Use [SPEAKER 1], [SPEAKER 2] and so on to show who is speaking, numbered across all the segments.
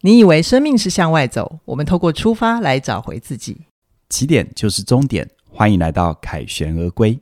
[SPEAKER 1] 你以为生命是向外走，我们透过出发来找回自己。
[SPEAKER 2] 起点就是终点，欢迎来到凯旋而归。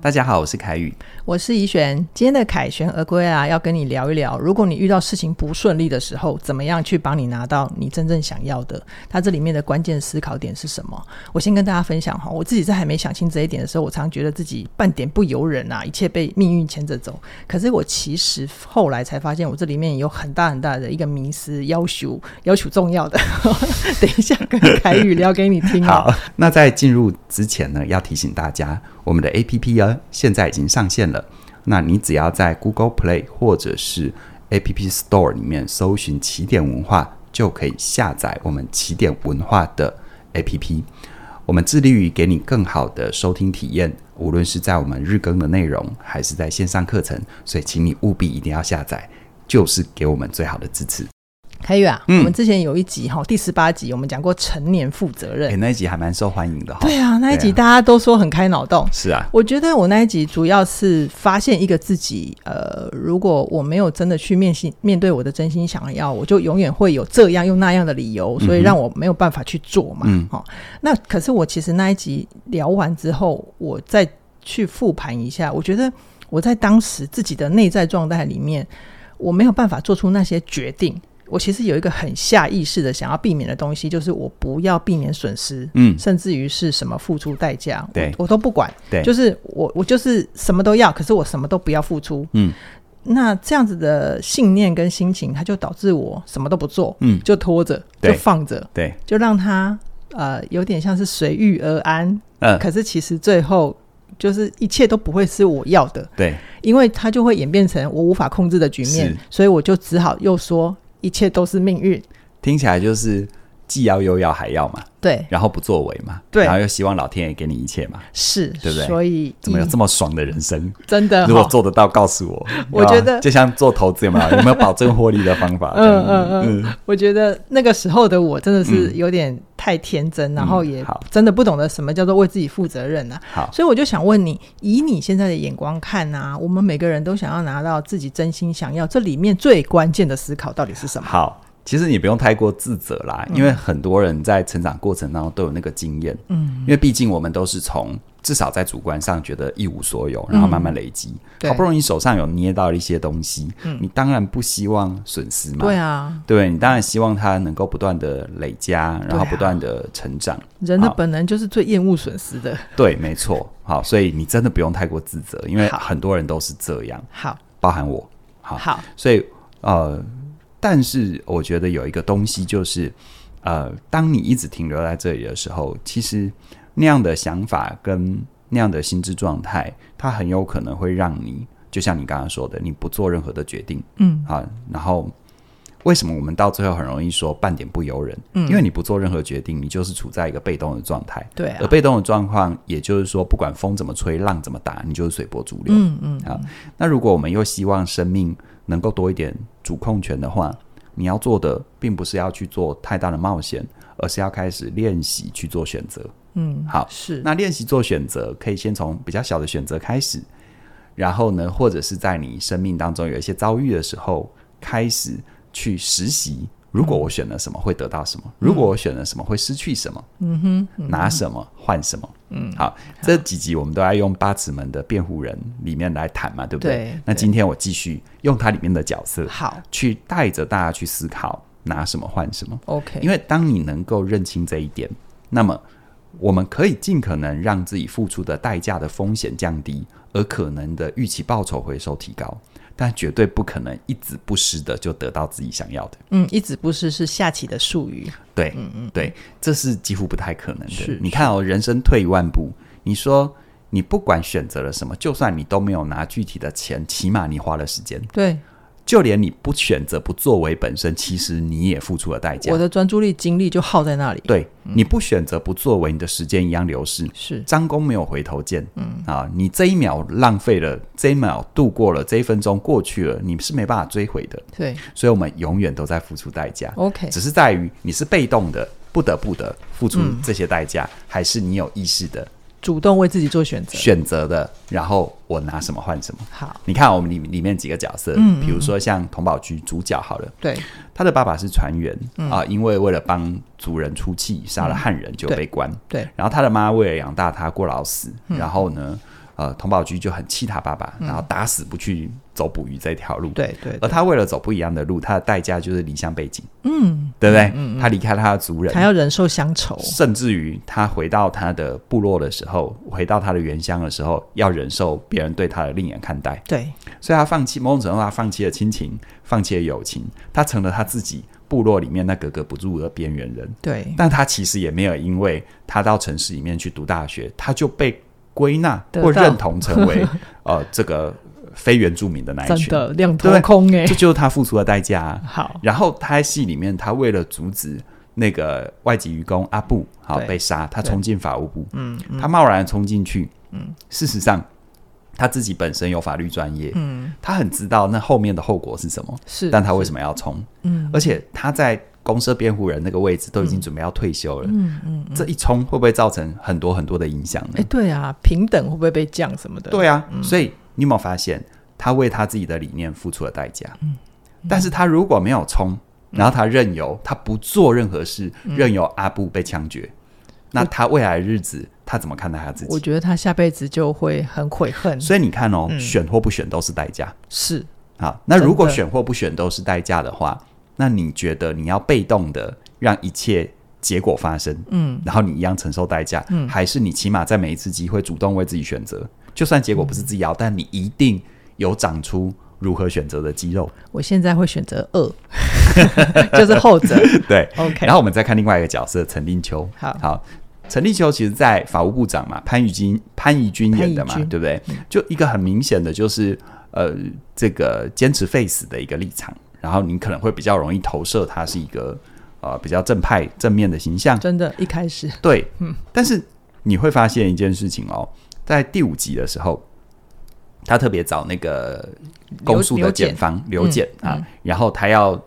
[SPEAKER 2] 大家好，我是凯宇。
[SPEAKER 1] 我是怡璇，今天的凯旋而归啊，要跟你聊一聊，如果你遇到事情不顺利的时候，怎么样去帮你拿到你真正想要的？它这里面的关键思考点是什么？我先跟大家分享哈，我自己在还没想清这一点的时候，我常觉得自己半点不由人啊，一切被命运牵着走。可是我其实后来才发现，我这里面有很大很大的一个迷思，要求要求重要的。 等一下跟凯宇聊给你听啊。
[SPEAKER 2] 好，那在进入之前呢，要提醒大家，我们的 APP 呢哦现在已经上线了。那你只要在 Google Play 或者是 App Store 里面搜寻“起点文化”，就可以下载我们起点文化的 APP。我们致力于给你更好的收听体验，无论是在我们日更的内容，还是在线上课程，所以请你务必一定要下载，就是给我们最好的支持。
[SPEAKER 1] 凯宇啊，
[SPEAKER 2] 嗯
[SPEAKER 1] 我们之前有一集哈，第十八集我们讲过成年负责任
[SPEAKER 2] 诶，。那一集还蛮受欢迎的哈。
[SPEAKER 1] 对啊，那一
[SPEAKER 2] 哎对
[SPEAKER 1] 集
[SPEAKER 2] 啊
[SPEAKER 1] 大家都说很开脑洞。
[SPEAKER 2] 是啊，
[SPEAKER 1] 我觉得我那一集主要是发现一个自己，呃，如果我没有真的去面心面对我的真心想要，我就永远会有这样又那样的理由，所以让我没有办法去做嘛。
[SPEAKER 2] 嗯
[SPEAKER 1] 哦，那可是我其实那一集聊完之后，我再去复盘一下，我觉得我在当时自己的内在状态里面，我没有办法做出那些决定。我其实有一个很下意识的想要避免的东西，就是我不要避免损失，
[SPEAKER 2] 嗯，
[SPEAKER 1] 甚至于是什么付出代价，
[SPEAKER 2] 对
[SPEAKER 1] 我我都不管，
[SPEAKER 2] 对，
[SPEAKER 1] 就是我我就是什么都要，可是我什么都不要付出。
[SPEAKER 2] 嗯，
[SPEAKER 1] 那这样子的信念跟心情，它就导致我什么都不做，
[SPEAKER 2] 嗯，
[SPEAKER 1] 就拖着，
[SPEAKER 2] 对
[SPEAKER 1] 就放着，
[SPEAKER 2] 对，
[SPEAKER 1] 就让它呃有点像是随遇而安。
[SPEAKER 2] 嗯、
[SPEAKER 1] 可是其实最后就是一切都不会是我要的，
[SPEAKER 2] 对，
[SPEAKER 1] 因为它就会演变成我无法控制的局面
[SPEAKER 2] 是，
[SPEAKER 1] 所以我就只好又说一切都是命运。
[SPEAKER 2] 听起来就是既要又要还要嘛，
[SPEAKER 1] 对，
[SPEAKER 2] 然后不作为嘛，
[SPEAKER 1] 对嗯
[SPEAKER 2] 然后又希望老天爷给你一切嘛，
[SPEAKER 1] 是，
[SPEAKER 2] 对不对
[SPEAKER 1] 所以
[SPEAKER 2] 怎么有
[SPEAKER 1] 一
[SPEAKER 2] 这么爽的人生？
[SPEAKER 1] 真的
[SPEAKER 2] 如果
[SPEAKER 1] 哈
[SPEAKER 2] 做得到，告诉我。
[SPEAKER 1] 嗯我觉
[SPEAKER 2] 对吧
[SPEAKER 1] 得
[SPEAKER 2] 就像做投资有没 有？有没有保证获利的方法？这样
[SPEAKER 1] 嗯嗯嗯，我觉得那个时候的我真的是有点太天真，然后也
[SPEAKER 2] 嗯好
[SPEAKER 1] 真的不懂得什么叫做为自己负责任啊。
[SPEAKER 2] 好，
[SPEAKER 1] 所以我就想问你，以你现在的眼光看啊，我们每个人都想要拿到自己真心想要，这里面最关键的思考到底是什么？
[SPEAKER 2] 好，其实你不用太过自责啦，
[SPEAKER 1] 嗯
[SPEAKER 2] 因为很多人在成长过程当中都有那个经验，嗯，因为毕竟我们都是从至少在主观上觉得一无所有，然后慢慢累积，
[SPEAKER 1] 嗯对嗯
[SPEAKER 2] 好不容易手上有捏到一些东西，你当然不希望损失嘛，
[SPEAKER 1] 对啊，
[SPEAKER 2] 对你当然希望它能够不断的累加，然后
[SPEAKER 1] 对啊
[SPEAKER 2] 不断的成长。
[SPEAKER 1] 人的
[SPEAKER 2] 好
[SPEAKER 1] 本能就是最厌恶损失的。
[SPEAKER 2] 对，没错。好，所以你真的不用太过自责，因为
[SPEAKER 1] 好
[SPEAKER 2] 很多人都是这样，
[SPEAKER 1] 好，
[SPEAKER 2] 包含我。好，
[SPEAKER 1] 好，
[SPEAKER 2] 所以呃，但是我觉得有一个东西就是，呃，当你一直停留在这里的时候，其实那样的想法跟那样的心智状态，它很有可能会让你，就像你刚刚说的，你不做任何的决定。
[SPEAKER 1] 嗯
[SPEAKER 2] 啊，然后为什么我们到最后很容易说半点不由人？
[SPEAKER 1] 嗯，
[SPEAKER 2] 因为你不做任何决定，你就是处在一个被动的状态。
[SPEAKER 1] 对啊
[SPEAKER 2] 而，被动的状况，也就是说，不管风怎么吹，浪怎么打，你就是随波逐流。
[SPEAKER 1] 嗯嗯，
[SPEAKER 2] 啊，那如果我们又希望生命能够多一点主控权的话，你要做的并不是要去做太大的冒险，而是要开始练习去做选择。
[SPEAKER 1] 嗯，
[SPEAKER 2] 好
[SPEAKER 1] 是，
[SPEAKER 2] 那练习做选择，可以先从比较小的选择开始，然后呢，或者是在你生命当中有一些遭遇的时候，开始去实习。如果我选了什么，会得到什么？如果我选了什么，会失去什么？
[SPEAKER 1] 嗯哼，嗯
[SPEAKER 2] 拿什么换什么？嗯，好，这几集我们都要用八尺门的辩护人里面来谈嘛，对不对？
[SPEAKER 1] 对
[SPEAKER 2] 那
[SPEAKER 1] 对
[SPEAKER 2] 今天我继续用它里面的角色，
[SPEAKER 1] 好
[SPEAKER 2] 去带着大家去思考拿什么换什么。
[SPEAKER 1] ，OK，
[SPEAKER 2] 因为当你能够认清这一点，那么我们可以尽可能让自己付出的代价的风险降低，而可能的预期报酬回收提高，但绝对不可能一直不失的就得到自己想要的。
[SPEAKER 1] 嗯，一直不是是下棋的术语，
[SPEAKER 2] 对，嗯嗯，对，这是几乎不太可能的
[SPEAKER 1] 是。
[SPEAKER 2] 你看哦，人生退一万步，你说你不管选择了什么，就算你都没有拿具体的钱，起码你花了时间。
[SPEAKER 1] 对，
[SPEAKER 2] 就连你不选择不作为本身，其实你也付出了代价
[SPEAKER 1] 我。的专注力精力就耗在那里，
[SPEAKER 2] 对，你不选择不作为，你的时间一样流逝。
[SPEAKER 1] 是，
[SPEAKER 2] 张弓没有回头箭，嗯啊，你这一秒浪费了，这一秒度过了，这一分钟过去了，你是没办法追回的。
[SPEAKER 1] 对
[SPEAKER 2] 所以我们永远都在付出代价。
[SPEAKER 1] ，OK，
[SPEAKER 2] 只是在
[SPEAKER 1] 嗯
[SPEAKER 2] 于你是被动的，不得不的付出这些代价，还是你有意识的
[SPEAKER 1] 主动为自己做选择。
[SPEAKER 2] 选择的，然后我拿什么换什么。
[SPEAKER 1] 好，
[SPEAKER 2] 你看我们里里面几个角色，
[SPEAKER 1] 嗯嗯
[SPEAKER 2] 比如说像童宝驹主角好了，
[SPEAKER 1] 对，
[SPEAKER 2] 他的爸爸是船员啊、
[SPEAKER 1] 嗯
[SPEAKER 2] 因为为了帮族人出气，杀了汉人就
[SPEAKER 1] 对
[SPEAKER 2] 被关。
[SPEAKER 1] 对，
[SPEAKER 2] 然后他的妈为了养大他过劳死，然后呢，呃，童宝驹就很气他爸爸，然后打死不去走捕鱼这条路。
[SPEAKER 1] 对，对，
[SPEAKER 2] 而他为了走不一样的路，他的代价就是离乡背井，嗯，对不对？他离开他的族人，
[SPEAKER 1] 还要忍受乡愁。
[SPEAKER 2] 甚至于他回到他的部落的时候，回到他的原乡的时候，要忍受别人对他的另眼看待，
[SPEAKER 1] 对，
[SPEAKER 2] 所以他放弃某种程度，他放弃了亲情，放弃了友情，他成了他自己部落里面那格格不入的边缘人。
[SPEAKER 1] 对，
[SPEAKER 2] 但他其实也没有因为他到城市里面去读大学，他就被归纳
[SPEAKER 1] 得
[SPEAKER 2] 或
[SPEAKER 1] 到
[SPEAKER 2] 认同 成为呃这个非原住民的那一
[SPEAKER 1] 真
[SPEAKER 2] 群，
[SPEAKER 1] 的两头
[SPEAKER 2] 对
[SPEAKER 1] 空哎、
[SPEAKER 2] 这就是他付出的代价、 啊。
[SPEAKER 1] 好，
[SPEAKER 2] 然后他在戏里面，他为了阻止那个外籍渔工阿布好
[SPEAKER 1] 对
[SPEAKER 2] 被杀，他
[SPEAKER 1] 对
[SPEAKER 2] 冲进法务部，
[SPEAKER 1] 嗯
[SPEAKER 2] 他贸然冲进去。事实上，他自己本身有法律专业，
[SPEAKER 1] 嗯，
[SPEAKER 2] 他很知道那后面的后果是什么，
[SPEAKER 1] 是，
[SPEAKER 2] 但他为
[SPEAKER 1] 么？
[SPEAKER 2] 什么要冲？
[SPEAKER 1] 嗯
[SPEAKER 2] 而且他在公社辩护人那个位置都已经准备要退休了，
[SPEAKER 1] 嗯嗯，
[SPEAKER 2] 这一冲会不会造成很多很多的影响呢？
[SPEAKER 1] 哎、嗯对啊，平等会不会被降什么的？，
[SPEAKER 2] 对啊，所以你有没有发现，他为他自己的理念付出了代价？
[SPEAKER 1] 嗯
[SPEAKER 2] 但是他如果没有冲，然后他任由他不做任何事，
[SPEAKER 1] 嗯
[SPEAKER 2] 任由阿布被枪决，那他未来的日子他怎么看待他自
[SPEAKER 1] 我
[SPEAKER 2] 己？
[SPEAKER 1] 觉得他下辈子就会很悔恨。
[SPEAKER 2] 所以你看哦，
[SPEAKER 1] 嗯
[SPEAKER 2] 选或不选都是代价
[SPEAKER 1] 是，
[SPEAKER 2] 啊。那如果
[SPEAKER 1] 真的
[SPEAKER 2] 选或不选都是代价的话，那你觉得你要被动的让一切结果发生，
[SPEAKER 1] 嗯，
[SPEAKER 2] 然后你一样承受代价，
[SPEAKER 1] 嗯
[SPEAKER 2] 还是你起码在每一次机会主动为自己选择，就算结果不是自己要，但你一定有长出如何选择的 肌肉。
[SPEAKER 1] 我现在会选择二，就是后者。
[SPEAKER 2] 对
[SPEAKER 1] OK，
[SPEAKER 2] 然后我们再看另外一个角色陈立秋，
[SPEAKER 1] 好
[SPEAKER 2] 陈立秋其实，在法务部长嘛，潘玉金、潘怡君演的嘛
[SPEAKER 1] 潘怡君，嗯
[SPEAKER 2] 对不对？就一个很明显的，就是呃，这个坚持 face 的一个立场，然后你可能会比较容易投射他是一个呃比较正派、正面的形象，
[SPEAKER 1] 真的，一开始啊
[SPEAKER 2] 对，但是你会发现一件事情哦，在第五集的时候，他特别找那个公诉的检方刘
[SPEAKER 1] 刘
[SPEAKER 2] 检
[SPEAKER 1] 检
[SPEAKER 2] 啊，
[SPEAKER 1] 嗯嗯
[SPEAKER 2] 然后他要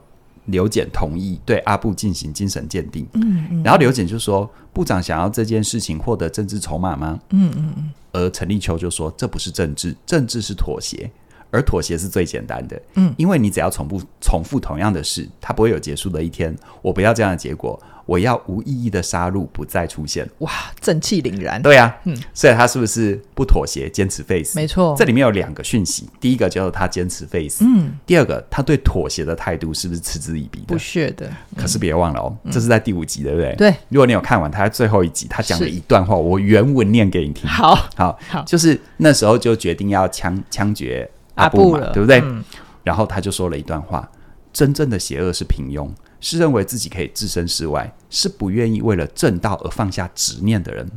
[SPEAKER 2] 刘检同意对阿布进行精神鉴定，嗯嗯，然后刘检就说部长想要这件事情获得政治筹码吗？嗯嗯嗯，而陈立秋就说这不是政治，政治是妥协。而妥协是最简单的，
[SPEAKER 1] 嗯，
[SPEAKER 2] 因为你只要重复重复同样的事，它不会有结束的一天。我不要这样的结果，我要无意义的杀戮不再出现。
[SPEAKER 1] 哇，正气凛然，
[SPEAKER 2] 对啊，
[SPEAKER 1] 嗯
[SPEAKER 2] 所以他是不是不妥协，坚持 face？
[SPEAKER 1] 没错
[SPEAKER 2] 这，里面有两个讯息，第一个就是他坚持 face，、
[SPEAKER 1] 嗯，
[SPEAKER 2] 第二个他对妥协的态度是不是嗤之以鼻的
[SPEAKER 1] 不？屑的，
[SPEAKER 2] 可是别忘了哦，这是在第五集，对不对？。
[SPEAKER 1] 对，
[SPEAKER 2] 如果你有看完他在最后一集，他讲了
[SPEAKER 1] 是
[SPEAKER 2] 一段话，我原文念给你听。
[SPEAKER 1] 好，
[SPEAKER 2] 好，
[SPEAKER 1] 好
[SPEAKER 2] 就是那时候就决定要枪枪决阿
[SPEAKER 1] 阿
[SPEAKER 2] 布
[SPEAKER 1] 布
[SPEAKER 2] 嘛，
[SPEAKER 1] 了，
[SPEAKER 2] 对不对？
[SPEAKER 1] 嗯
[SPEAKER 2] 然后他就说了一段话：真正的邪恶是平庸，是认为自己可以置身事外，是不愿意为了正道而放下执念的人。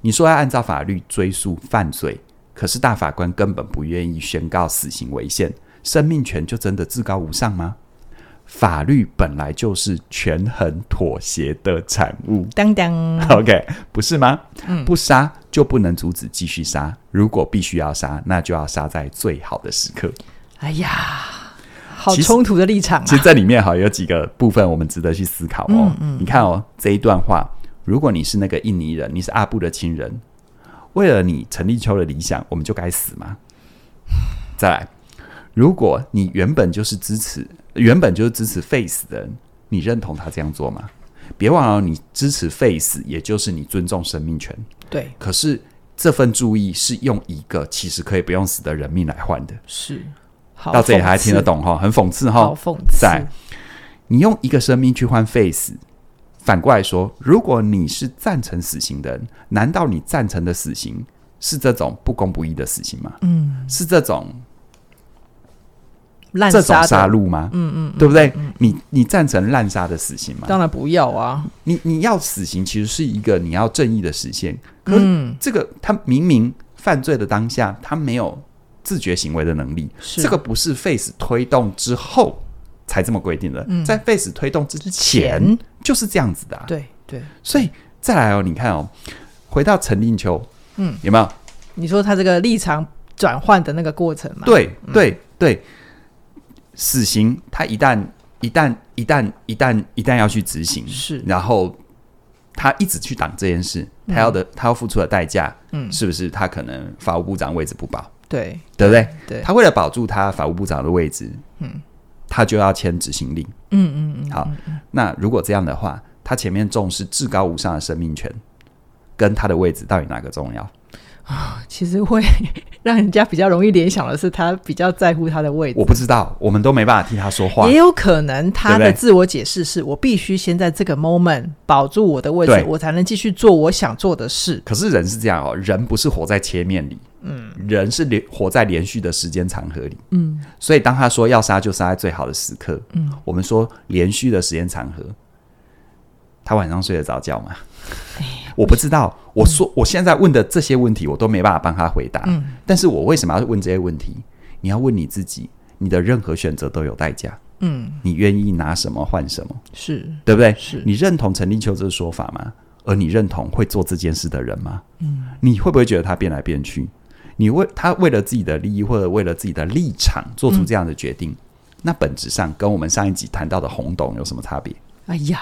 [SPEAKER 2] 你说要按照法律追溯犯罪，可是大法官根本不愿意宣告死刑违宪，生命权就真的至高无上吗？法律本来就是权衡妥协的产物。
[SPEAKER 1] 当当，
[SPEAKER 2] OK，不是吗？
[SPEAKER 1] 嗯
[SPEAKER 2] 不杀就不能阻止继续杀，如果必须要杀，那就要杀在最好的时刻。
[SPEAKER 1] 哎呀，好
[SPEAKER 2] 其实
[SPEAKER 1] 冲突的立场啊
[SPEAKER 2] 其，实这里面哈有几个部分我们值得去思考
[SPEAKER 1] 嗯
[SPEAKER 2] 哦。你看哦这一段话，如果你是那个印尼人，你是阿布的亲人，为了你陈立秋的理想，我们就该死吗？ 再来，如果你原本就是支持，原本就是支持 Face 的人，你认同他这样做吗？别忘了，你支持 Face，也就是你尊重生命权。
[SPEAKER 1] 对，
[SPEAKER 2] 可是这份注意是用一个其实可以不用死的人命来换的。
[SPEAKER 1] 是，好
[SPEAKER 2] 到这里还
[SPEAKER 1] 讽
[SPEAKER 2] 听得
[SPEAKER 1] 刺，
[SPEAKER 2] 懂哈，很讽刺哈
[SPEAKER 1] 好。讽刺，
[SPEAKER 2] 在你用一个生命去换 face。反过来说，如果你是赞成死刑的人，难道你赞成的死刑是这种不公不义的死刑吗？
[SPEAKER 1] 嗯，
[SPEAKER 2] 是这种
[SPEAKER 1] 滥
[SPEAKER 2] 这种
[SPEAKER 1] 杀的
[SPEAKER 2] 杀戮吗？嗯嗯对不对？你你赞成滥杀的死刑吗？
[SPEAKER 1] 当然不要啊，
[SPEAKER 2] 你你要死刑其实是一个你要正义的实现，可是
[SPEAKER 1] 嗯，
[SPEAKER 2] 这个他明明犯罪的当下，他没有自觉行为的能力，
[SPEAKER 1] 是
[SPEAKER 2] 这个不是 face 推动之后才这么规定的，在 face 推嗯动之前
[SPEAKER 1] 钱，
[SPEAKER 2] 就是这样子的、啊。
[SPEAKER 1] 对对，
[SPEAKER 2] 所以再来哦，你看哦，回到陈令秋，
[SPEAKER 1] 嗯，
[SPEAKER 2] 有没有？
[SPEAKER 1] 你说他这个立场转换的那个过程嘛，
[SPEAKER 2] 对对对，死刑他一旦一旦一旦一旦一旦要去执行，
[SPEAKER 1] 是
[SPEAKER 2] 然后他一直去挡这件事，他要的他要付出的代价，
[SPEAKER 1] 嗯
[SPEAKER 2] 是不是他可能法务部长位置不保，
[SPEAKER 1] 对
[SPEAKER 2] 对不对？
[SPEAKER 1] 对，
[SPEAKER 2] 他为了保住他法务部长的位置，嗯，他就要签执行令。
[SPEAKER 1] 嗯嗯嗯，
[SPEAKER 2] 好，那如果这样的话，他前面重视至高无上的生命权，跟他的位置到底哪个重要？
[SPEAKER 1] 其实会 让人家比较容易联想的是，他比较在乎他的位置
[SPEAKER 2] 我。不知道，我们都没办法替他说话
[SPEAKER 1] 也。有可能他
[SPEAKER 2] 对
[SPEAKER 1] 的
[SPEAKER 2] 不对
[SPEAKER 1] 自我解释是我必须先在这个 moment 保住我的位置
[SPEAKER 2] 对，
[SPEAKER 1] 我才能继续做我想做的事。
[SPEAKER 2] 可是人是这样哦，人不是活在切面里，嗯，人是连活在连续的时间长河里，
[SPEAKER 1] 嗯，
[SPEAKER 2] 所以当他说要杀就杀在最好的时刻，嗯，我们说连续的时间长河，他晚上睡得着觉吗？
[SPEAKER 1] 哎
[SPEAKER 2] 我不知道，我说我现在问的这些问题，我都没办法帮他回答。
[SPEAKER 1] 嗯
[SPEAKER 2] 但是我为什么要问这些问题？你要问你自己，你的任何选择都有代价，
[SPEAKER 1] 嗯，
[SPEAKER 2] 你愿意拿什么换什么，
[SPEAKER 1] 是
[SPEAKER 2] 对不对？
[SPEAKER 1] 是，
[SPEAKER 2] 你认同陈立秋这个说法吗？而你认同会做这件事的人吗？嗯，你会不会觉得他变来变去？你为他为了自己的利益或者为了自己的立场做出这样的决定，那本质上跟我们上一集谈到的红董有什么差别？
[SPEAKER 1] 哎呀，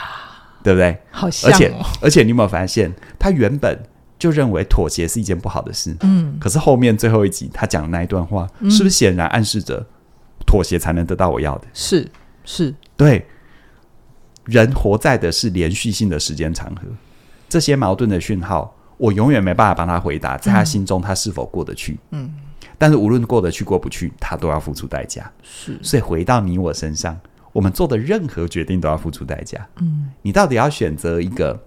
[SPEAKER 2] 对不对？
[SPEAKER 1] 好像
[SPEAKER 2] 而且
[SPEAKER 1] 哦，
[SPEAKER 2] 而且你有没有发现，他原本就认为妥协是一件不好的事，
[SPEAKER 1] 嗯，
[SPEAKER 2] 可是后面最后一集他讲的那一段话，是不是显然暗示着妥协才能得到我要的？
[SPEAKER 1] 是是，
[SPEAKER 2] 对，人活在的是连续性的时间长河，这些矛盾的讯号，我永远没办法帮他回答，在他心中他是否过得去。
[SPEAKER 1] 嗯，
[SPEAKER 2] 但是无论过得去过不去，他都要付出代价。
[SPEAKER 1] 是
[SPEAKER 2] 所以回到你我身上，我们做的任何决定都要付出代价。
[SPEAKER 1] 嗯，
[SPEAKER 2] 你到底要选择一个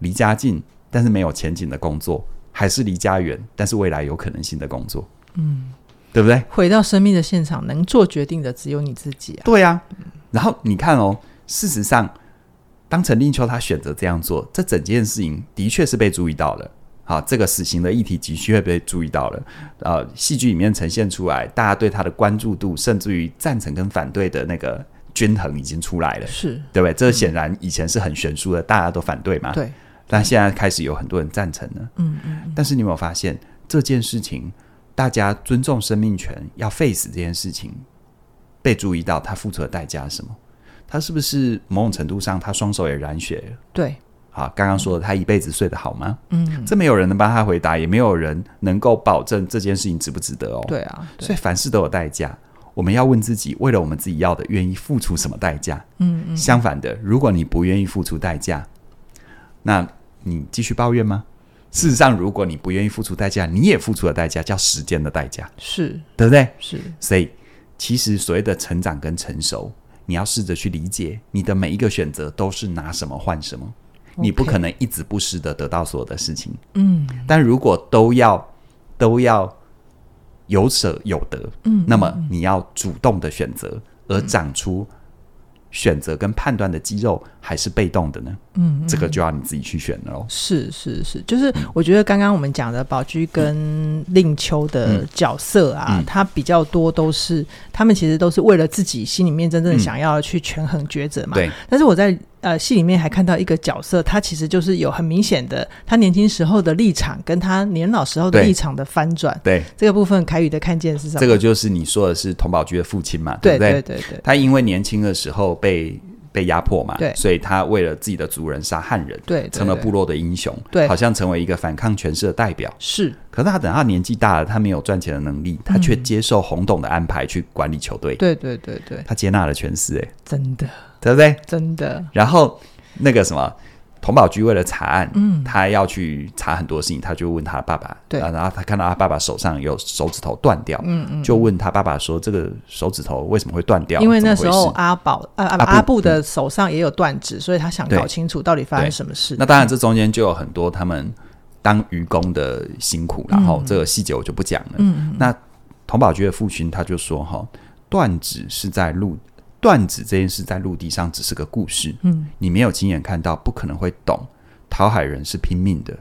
[SPEAKER 2] 离家近但是没有前景的工作，还是离家远但是未来有可能性的工作？嗯，对不对？
[SPEAKER 1] 回到生命的现场，能做决定的只有你自己啊。
[SPEAKER 2] 对呀、然后你看哦，事实上，当陈立秋他选择这样做，这整件事情的确是被注意到了。好，这个死刑的议题的确被注意到了。呃，戏剧里面呈现出来，大家对他的关注度，甚至于赞成跟反对的那个均衡已经出来了，
[SPEAKER 1] 是，
[SPEAKER 2] 对不对？这显然以前是很悬殊的，大家都反对嘛。
[SPEAKER 1] 对，
[SPEAKER 2] 但现在开始有很多人赞成了。
[SPEAKER 1] 嗯嗯，
[SPEAKER 2] 但是你有没有发现这件事情，大家尊重生命权要 face 这件事情被注意到，他付出的代价是什么？他是不是某种程度上他双手也染血了？
[SPEAKER 1] 对，
[SPEAKER 2] 好，刚刚说的他一辈子睡得好吗？
[SPEAKER 1] 嗯，
[SPEAKER 2] 这没有人能帮他回答，也没有人能够保证这件事情值不值得哦。，
[SPEAKER 1] 对啊，对，
[SPEAKER 2] 所以凡事都有代价。我们要问自己，为了我们自己要的，愿意付出什么代价？
[SPEAKER 1] 嗯嗯，
[SPEAKER 2] 相反的，如果你不愿意付出代价，那你继续抱怨吗？事实上，如果你不愿意付出代价，你也付出了代价，叫时间的代价，
[SPEAKER 1] 是
[SPEAKER 2] 对不对？
[SPEAKER 1] 是，
[SPEAKER 2] 所以，其实所谓的成长跟成熟，你要试着去理解，你的每一个选择都是拿什么换什么，你不
[SPEAKER 1] OK
[SPEAKER 2] 可能一直不失的得到所有的事情。
[SPEAKER 1] 嗯
[SPEAKER 2] 但如果都要都要有舍有得，
[SPEAKER 1] 嗯
[SPEAKER 2] 那么你要主动的选择，而长出选择跟判断的肌肉，还是被动的呢？
[SPEAKER 1] 嗯，
[SPEAKER 2] 这个就要你自己去选了哦。
[SPEAKER 1] 是是是，就是
[SPEAKER 2] 嗯
[SPEAKER 1] 我觉得刚刚我们讲的宝驹跟令秋的角色啊，
[SPEAKER 2] 嗯
[SPEAKER 1] 他比较多都是他们其实都是为了自己心里面真正想要去权衡抉择嘛。
[SPEAKER 2] 嗯对，
[SPEAKER 1] 但是我在呃戏里面还看到一个角色，他其实就是有很明显的他年轻时候的立场跟他年老时候的
[SPEAKER 2] 对
[SPEAKER 1] 立场的翻转。
[SPEAKER 2] 对，
[SPEAKER 1] 这个部分凯宇的看见是什么？
[SPEAKER 2] 这个就是你说的是童宝驹的父亲嘛，
[SPEAKER 1] 对
[SPEAKER 2] 不对？
[SPEAKER 1] 对对对
[SPEAKER 2] 他因为年轻的时候被被压迫嘛，
[SPEAKER 1] 对
[SPEAKER 2] 所以他为了自己的族人杀汉人，
[SPEAKER 1] 对，对
[SPEAKER 2] 成了
[SPEAKER 1] 对
[SPEAKER 2] 部落的英雄，
[SPEAKER 1] 对
[SPEAKER 2] 好像成为一个反抗权势的代表。
[SPEAKER 1] 是
[SPEAKER 2] 可是他等他年纪大了，他没有赚钱的能力，
[SPEAKER 1] 嗯
[SPEAKER 2] 他却接受洪董的安排去管理球队，
[SPEAKER 1] 对对对对，
[SPEAKER 2] 他接纳了全市、欸，
[SPEAKER 1] 真的
[SPEAKER 2] 对不对？
[SPEAKER 1] 真的
[SPEAKER 2] 然后那个什么，童宝驹为了查案，嗯，他要去查很多事情，他就问他爸爸，
[SPEAKER 1] 对
[SPEAKER 2] 啊然后他看到他爸爸手上有手指头断掉，嗯嗯，就问他爸爸说，这个手指头为什么会断掉？
[SPEAKER 1] 因为那
[SPEAKER 2] 怎
[SPEAKER 1] 时
[SPEAKER 2] 么
[SPEAKER 1] 候
[SPEAKER 2] 回事
[SPEAKER 1] 阿宝呃阿
[SPEAKER 2] 阿布
[SPEAKER 1] 阿布的手上也有断指，所以他想
[SPEAKER 2] 对
[SPEAKER 1] 搞清楚到底发生什么事。
[SPEAKER 2] 那当然这中间就有很多他们当愚公的辛苦，
[SPEAKER 1] 嗯
[SPEAKER 2] 然后这个细节我就不讲了。嗯，那童宝驹的父亲他就说哈，断指是在陆。断指这件事在陆地上只是个故事，
[SPEAKER 1] 嗯，
[SPEAKER 2] 你没有亲眼看到，不可能会懂。讨海人是拼命的，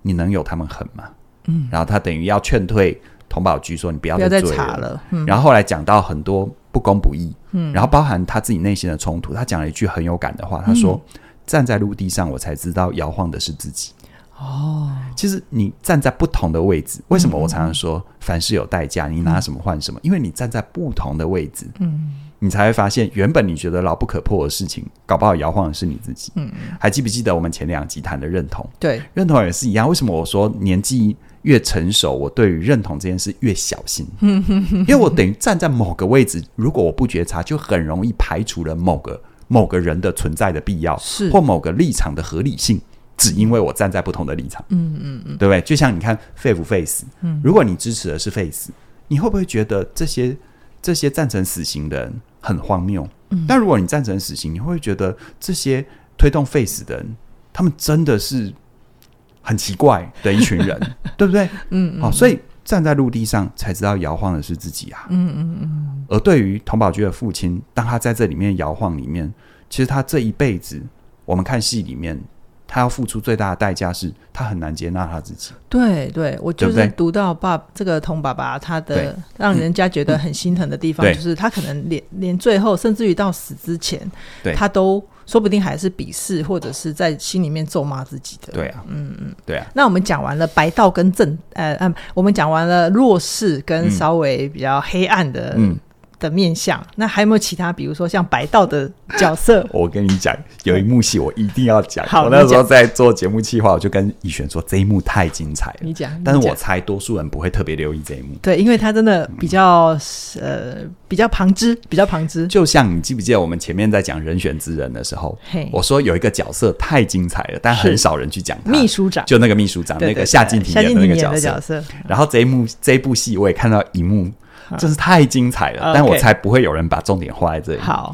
[SPEAKER 2] 你能有他们狠吗？嗯，然后他等于要劝退童宝驹说：“你不要
[SPEAKER 1] 不要再
[SPEAKER 2] 再追
[SPEAKER 1] 查了，嗯，
[SPEAKER 2] 然后后来讲到很多不公不义，嗯，然后包含他自己内心的冲突，他讲了一句很有感的话，他说：“站在陆地上，我才知道摇晃的是自己。”哦，其实你站在不同的位置，为嗯什么我常常说凡事有代价，你拿什么换什么？因为你站在不同的位置，嗯，你才会发现原本你觉得牢不可破的事情，搞不好摇晃的是你自己。
[SPEAKER 1] 嗯，
[SPEAKER 2] 还记不记得我们前两集谈的认同？
[SPEAKER 1] 对，
[SPEAKER 2] 认同也是一样。为什么我说年纪越成熟，我对于认同这件事越小心？因为我等于站在某个位置，如果我不觉察，就很容易排除了某个某个人的存在的必要，
[SPEAKER 1] 是
[SPEAKER 2] 或某个立场的合理性。只因为我站在不同的立场，
[SPEAKER 1] 嗯嗯嗯，
[SPEAKER 2] 对不对？就像你看 f a v e Face，如果你支持的是 Face，你会不会觉得这些这些赞成死刑的人很荒谬？
[SPEAKER 1] 嗯
[SPEAKER 2] 但如果你赞成死刑，你会不会觉得这些推动 Face 的人，他们真的是很奇怪的一群人， 对不对？
[SPEAKER 1] 嗯
[SPEAKER 2] 哦，所以站在陆地上才知道摇晃的是自己啊。
[SPEAKER 1] 嗯嗯嗯，
[SPEAKER 2] 而对于童宝驹的父亲，当他在这里面摇晃里面，其实他这一辈子，我们看戏里面，他要付出最大的代价是他很难接纳他自己。
[SPEAKER 1] 对对，我就
[SPEAKER 2] 对不对
[SPEAKER 1] 是读到爸这个童爸爸他的
[SPEAKER 2] 对嗯
[SPEAKER 1] 让人家觉得很心疼的地方，
[SPEAKER 2] 对
[SPEAKER 1] 就是他可能连连最后，甚至于到死之前
[SPEAKER 2] 对，
[SPEAKER 1] 他都说不定还是鄙视或者是在心里面咒骂自己的。
[SPEAKER 2] 对啊，嗯嗯，对啊，
[SPEAKER 1] 那我们讲完了白道跟正，呃嗯，我们讲完了弱势跟
[SPEAKER 2] 嗯
[SPEAKER 1] 稍微比较黑暗的、
[SPEAKER 2] 嗯。
[SPEAKER 1] 的面相，那还有没有其他？比如说像白道的角
[SPEAKER 2] ，
[SPEAKER 1] 色
[SPEAKER 2] 我跟你讲，有一幕戏我一定要讲。
[SPEAKER 1] 好
[SPEAKER 2] 我
[SPEAKER 1] 你
[SPEAKER 2] 那时候
[SPEAKER 1] 讲
[SPEAKER 2] 在做节目企划，我就跟逸璇说这一幕太精彩了
[SPEAKER 1] 你。讲，
[SPEAKER 2] 但
[SPEAKER 1] 你
[SPEAKER 2] 是我
[SPEAKER 1] 讲
[SPEAKER 2] 猜多数人不会特别留意这一幕。
[SPEAKER 1] 对，因为他真的比较、呃比较旁支，比较旁支，
[SPEAKER 2] 就像你记不记得我们前面在讲人选之人的时候
[SPEAKER 1] 嘿，
[SPEAKER 2] 我说有一个角色太精彩了，但
[SPEAKER 1] 是
[SPEAKER 2] 很少人去讲他。
[SPEAKER 1] 秘书长
[SPEAKER 2] 就那个秘书长，
[SPEAKER 1] 对
[SPEAKER 2] 那
[SPEAKER 1] 对
[SPEAKER 2] 个
[SPEAKER 1] 对
[SPEAKER 2] 夏静婷
[SPEAKER 1] 夏
[SPEAKER 2] 演
[SPEAKER 1] 静
[SPEAKER 2] 的那
[SPEAKER 1] 婷
[SPEAKER 2] 个
[SPEAKER 1] 演
[SPEAKER 2] 角
[SPEAKER 1] 的
[SPEAKER 2] 色
[SPEAKER 1] 角。色，
[SPEAKER 2] 然后这一幕这一部戏我也看到一幕，真是太精彩了。
[SPEAKER 1] 啊
[SPEAKER 2] 但我
[SPEAKER 1] OK
[SPEAKER 2] 猜不会有人把重点画在这里。
[SPEAKER 1] 好，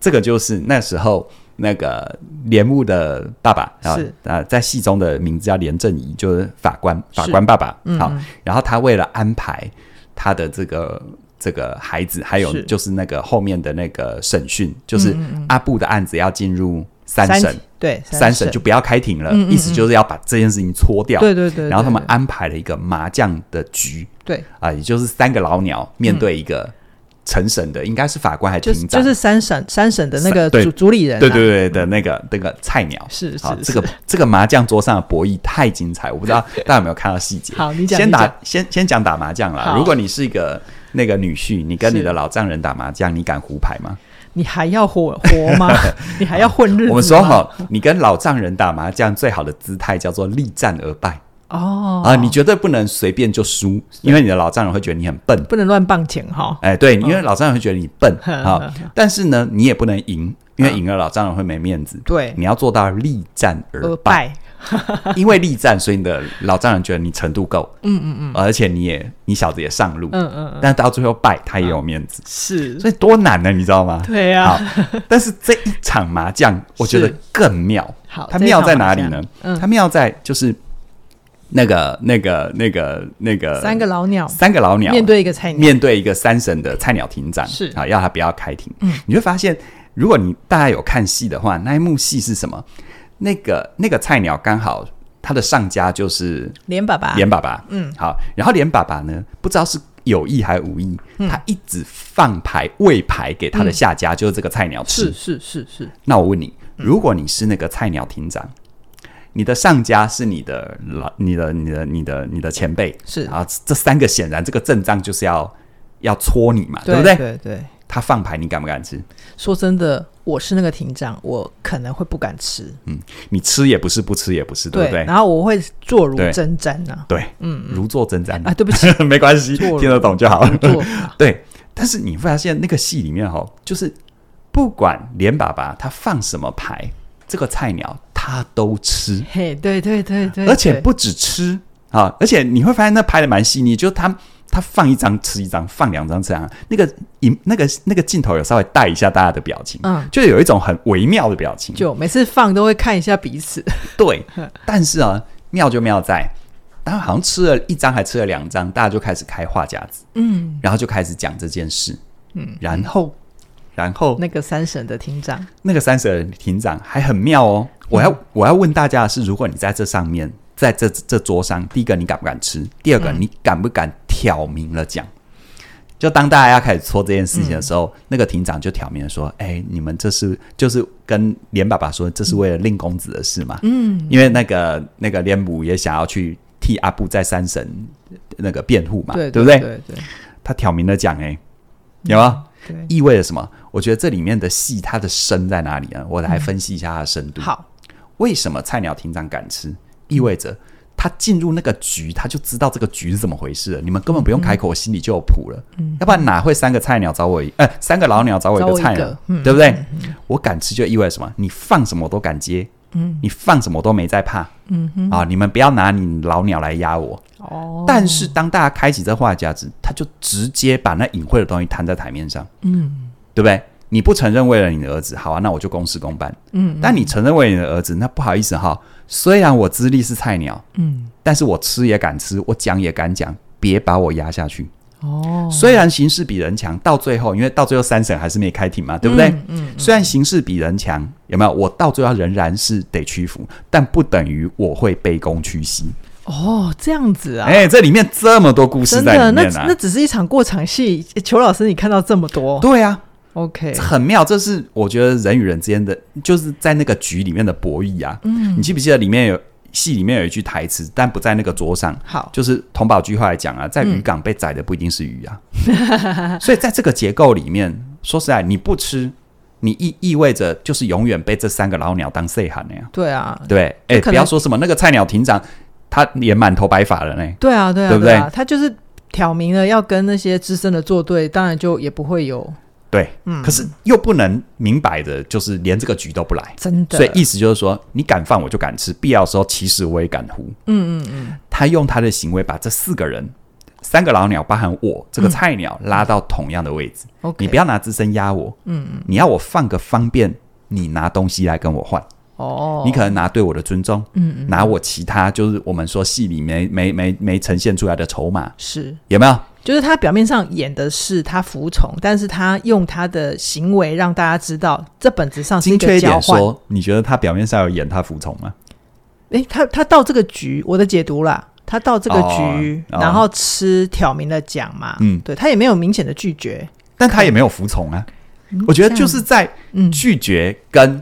[SPEAKER 2] 这个就是那时候那个莲雾的爸爸啊
[SPEAKER 1] 是
[SPEAKER 2] 啊，在戏中的名字叫连振仪，就是法官
[SPEAKER 1] 是
[SPEAKER 2] 法官爸爸。
[SPEAKER 1] 嗯
[SPEAKER 2] 好
[SPEAKER 1] 嗯，
[SPEAKER 2] 然后他为了安排他的这个。这个孩子，还有
[SPEAKER 1] 是
[SPEAKER 2] 就是那个后面的那个审讯，就是
[SPEAKER 1] 嗯嗯
[SPEAKER 2] 阿布的案子要进入三审，
[SPEAKER 1] 对
[SPEAKER 2] 三
[SPEAKER 1] 审
[SPEAKER 2] 审就不要开庭了，
[SPEAKER 1] 嗯嗯
[SPEAKER 2] 意思就是要把这件事情搓掉。
[SPEAKER 1] 对对对，
[SPEAKER 2] 然后他们
[SPEAKER 1] 对
[SPEAKER 2] 安排了一个麻将的局
[SPEAKER 1] 对
[SPEAKER 2] 啊、也就是三个老鸟面对一个成审的，应该是法官还
[SPEAKER 1] 就是是
[SPEAKER 2] 庭长，
[SPEAKER 1] 就是三审三审的那
[SPEAKER 2] 三
[SPEAKER 1] 个
[SPEAKER 2] 对
[SPEAKER 1] 主主理人、啊，
[SPEAKER 2] 对对对的那个那个菜鸟。
[SPEAKER 1] 是是
[SPEAKER 2] 好，
[SPEAKER 1] 是
[SPEAKER 2] 这个这个麻将桌上的博弈太精彩，我不知道大家有没有看到细节。
[SPEAKER 1] 好你讲
[SPEAKER 2] 先
[SPEAKER 1] 你
[SPEAKER 2] 打
[SPEAKER 1] 讲
[SPEAKER 2] 先先讲打麻将啦。
[SPEAKER 1] 好
[SPEAKER 2] 如果你是一个那个女婿，你跟你
[SPEAKER 1] 是嗯
[SPEAKER 2] 的老丈人打麻将，你敢胡牌吗？
[SPEAKER 1] 你还要活活吗？你还要混日子吗？
[SPEAKER 2] 我们说哈，你跟老丈人打麻将最好的姿态叫做力战而败
[SPEAKER 1] 哦
[SPEAKER 2] 啊，你绝对不能随便就输，因为你的老丈人会觉得你很笨，
[SPEAKER 1] 不能乱棒钱哈，
[SPEAKER 2] 哎，对，因为老丈人会觉得你笨啊
[SPEAKER 1] 哦呵，嗯
[SPEAKER 2] 但是呢，你也不能赢，因为赢了老丈人会没面子。
[SPEAKER 1] 对呃
[SPEAKER 2] 你要做到力战而
[SPEAKER 1] 而
[SPEAKER 2] 败，
[SPEAKER 1] 败
[SPEAKER 2] 因为力战，所以你的老丈人觉得你程度够，嗯嗯嗯，而且你也你小子也上路，
[SPEAKER 1] 嗯嗯嗯
[SPEAKER 2] 但到最后败他也有面子，
[SPEAKER 1] 是，
[SPEAKER 2] 所以多难呢，你知道吗？
[SPEAKER 1] 对啊，
[SPEAKER 2] 好，但是这一场麻将，我觉得
[SPEAKER 1] 是
[SPEAKER 2] 更妙。
[SPEAKER 1] 好
[SPEAKER 2] 它
[SPEAKER 1] 这一
[SPEAKER 2] 妙
[SPEAKER 1] 场
[SPEAKER 2] 在
[SPEAKER 1] 麻
[SPEAKER 2] 哪里
[SPEAKER 1] 将
[SPEAKER 2] 呢？
[SPEAKER 1] 嗯
[SPEAKER 2] 它妙在就是那个、那个、那个、那个
[SPEAKER 1] 三个老鸟
[SPEAKER 2] 三个老鸟
[SPEAKER 1] 面对一个菜鸟，
[SPEAKER 2] 面对一个三审的菜鸟庭长，
[SPEAKER 1] 是
[SPEAKER 2] 啊，要他不要开庭，你会发现，如果你大家有看戏的话，那一幕戏是什么？那个那个菜鸟刚好他的上家就是
[SPEAKER 1] 连爸爸
[SPEAKER 2] 连爸爸，嗯，好，然后连爸爸呢，不知道是有意还是无意，他一直放牌喂牌给他的下家，就是这个菜鸟
[SPEAKER 1] 是。
[SPEAKER 2] 吃
[SPEAKER 1] 是是是，
[SPEAKER 2] 那我问你，如果你是那个菜鸟庭长，你的上家是你的老、你的、你的、你的、你的前辈，
[SPEAKER 1] 是
[SPEAKER 2] 啊，这三个显然这个阵仗就是要要戳你嘛，对
[SPEAKER 1] 对
[SPEAKER 2] 不对？
[SPEAKER 1] 对对，
[SPEAKER 2] 他放牌，你敢不敢吃？
[SPEAKER 1] 说真的，我是那个庭长，我可能会不敢吃，
[SPEAKER 2] 你吃也不是，不吃也不是，对
[SPEAKER 1] 对
[SPEAKER 2] 不对？
[SPEAKER 1] 然后我会坐如
[SPEAKER 2] 对
[SPEAKER 1] 针毡呐、
[SPEAKER 2] 对，嗯，如坐针毡
[SPEAKER 1] 啊，对不起，
[SPEAKER 2] 没关系，
[SPEAKER 1] 坐如
[SPEAKER 2] 听得懂就好 了。
[SPEAKER 1] 坐
[SPEAKER 2] 对，但是你发现那个戏里面哈、就是不管连爸爸他放什么牌，这个菜鸟他都吃。
[SPEAKER 1] 嘿，对对对对，
[SPEAKER 2] 而且
[SPEAKER 1] 嗯对
[SPEAKER 2] 不止吃啊，而且你会发现那拍的蛮细腻，就是他他放一张吃一张，放两张吃两张，那个影那个那个镜头有稍微带一下大家的表情，
[SPEAKER 1] 嗯，
[SPEAKER 2] 就有一种很微妙的表情。
[SPEAKER 1] 就每次放都会看一下彼此，
[SPEAKER 2] 对，但是啊，妙就妙在，当好像吃了一张还吃了两张，大家就开始开话匣子，
[SPEAKER 1] 嗯，
[SPEAKER 2] 然后就开始讲这件事，嗯，然后然后
[SPEAKER 1] 那个三省的庭长
[SPEAKER 2] 那个三十人庭长还很妙哦。我
[SPEAKER 1] 嗯
[SPEAKER 2] 要、我要问大家的是，如果你在这上面，在这这桌上，第一个你敢不敢吃？第二个、
[SPEAKER 1] 嗯
[SPEAKER 2] 你敢不敢挑明了讲？就当大家要开始说这件事情的时
[SPEAKER 1] 嗯
[SPEAKER 2] 候，那个庭长就挑明了说：“哎、你们这是就是跟连爸爸说，这是为了令公子的事嘛？嗯，因为那个那个连母也想要去替阿布在三神那个辩护嘛，
[SPEAKER 1] 对嗯
[SPEAKER 2] 不
[SPEAKER 1] 对对对，
[SPEAKER 2] 他挑明了讲、哎，有啊，
[SPEAKER 1] 对，
[SPEAKER 2] 意味着什么？我觉得这里面的戏它的深在哪里呢？我来分析一下它的深度。
[SPEAKER 1] 好，
[SPEAKER 2] 为什么菜鸟厅长敢吃？意味着他进入那个局，他就知道这个局是怎么回事了。你们根本不用开口，我心里就有谱了。
[SPEAKER 1] 嗯
[SPEAKER 2] 要不然哪会三个菜鸟找我一，呃，三个老鸟找我一
[SPEAKER 1] 找
[SPEAKER 2] 个
[SPEAKER 1] 我一
[SPEAKER 2] 菜
[SPEAKER 1] 个嗯
[SPEAKER 2] 鸟，对不对？我敢吃就意味着什么？你放什么我都敢接。嗯，你放什么我都没在怕。嗯哼，啊，你们不要拿你老鸟来压我。
[SPEAKER 1] 哦，
[SPEAKER 2] 但是当大家开启这话匣子，他就直接把那隐晦的东西摊在台面上，嗯，对不对？你不承认为了你的儿子，好啊，那我就公事公办，嗯。但你承认为了你的儿子，那不好意思哈，虽然我资历是菜鸟，
[SPEAKER 1] 嗯，
[SPEAKER 2] 但是我吃也敢吃，我讲也敢讲，别把我压下去。
[SPEAKER 1] 哦，
[SPEAKER 2] 虽然形势比人强，到最后，因为到最后三审还是没开庭嘛，对不对？
[SPEAKER 1] 嗯嗯
[SPEAKER 2] 虽然形势比人强，有没有？我到最后仍然是得屈服，但不等于我会卑躬屈膝。
[SPEAKER 1] 哦，这样子啊，
[SPEAKER 2] 哎、这里面这么多故事
[SPEAKER 1] 真
[SPEAKER 2] 在
[SPEAKER 1] 的，
[SPEAKER 2] 里
[SPEAKER 1] 那
[SPEAKER 2] 面啊
[SPEAKER 1] 那！只是一场过场戏。诶裘老师，你看到这么多
[SPEAKER 2] 对啊，
[SPEAKER 1] ，OK，
[SPEAKER 2] 很妙，这是我觉得人与人之间的，就是在那个局里面的博弈啊。嗯，你记不记得里面有戏里面有一句台词，但不在那个桌上，
[SPEAKER 1] 好，
[SPEAKER 2] 就是同宝句话来讲啊，在渔港被宰的不一定是鱼啊。
[SPEAKER 1] 嗯
[SPEAKER 2] 所以在这个结构里面，说实在，你不吃，你意意味着就是永远被这三个老鸟当 say 喊那样。
[SPEAKER 1] 对啊，
[SPEAKER 2] 对，哎、
[SPEAKER 1] 就可能
[SPEAKER 2] 不要说什么那个菜鸟庭长，他也满头白发了呢。
[SPEAKER 1] 对啊，对啊，
[SPEAKER 2] 对不
[SPEAKER 1] 啊？他就是挑明了要跟那些资深的作对，当然就也不会有
[SPEAKER 2] 对，可是又不能明摆着，就是连这个局都不来。
[SPEAKER 1] 真的。
[SPEAKER 2] 所以意思就是说，你敢放我就敢吃，必要的时候其实我也敢呼。嗯嗯嗯，他用他的行为把这四个人，三个老鸟，包含我这个菜鸟，拉到同样的位置。
[SPEAKER 1] OK，
[SPEAKER 2] 你不要拿自身压我，嗯嗯，你要我放个方便，你拿东西来跟我换，
[SPEAKER 1] 哦，
[SPEAKER 2] 你可能拿对我的尊重，嗯嗯，拿我其他就是我们说戏里没没没没呈现出来的筹码，
[SPEAKER 1] 是，
[SPEAKER 2] 有没有？
[SPEAKER 1] 就是他表面上演的是他服从，但是他用他的行为让大家知道，这本质上是
[SPEAKER 2] 精
[SPEAKER 1] 一
[SPEAKER 2] 确
[SPEAKER 1] 个
[SPEAKER 2] 一
[SPEAKER 1] 交
[SPEAKER 2] 点
[SPEAKER 1] 换。
[SPEAKER 2] 说，你觉得他表面上有演他服从吗？
[SPEAKER 1] 诶，他他到这个局，我的解读啦，他到这个局，
[SPEAKER 2] 哦哦
[SPEAKER 1] 然后吃挑明了讲嘛，
[SPEAKER 2] 嗯
[SPEAKER 1] 对他也没有明显的拒绝，
[SPEAKER 2] 但他也没有服从啊。我觉得就是在
[SPEAKER 1] 嗯
[SPEAKER 2] 拒绝跟、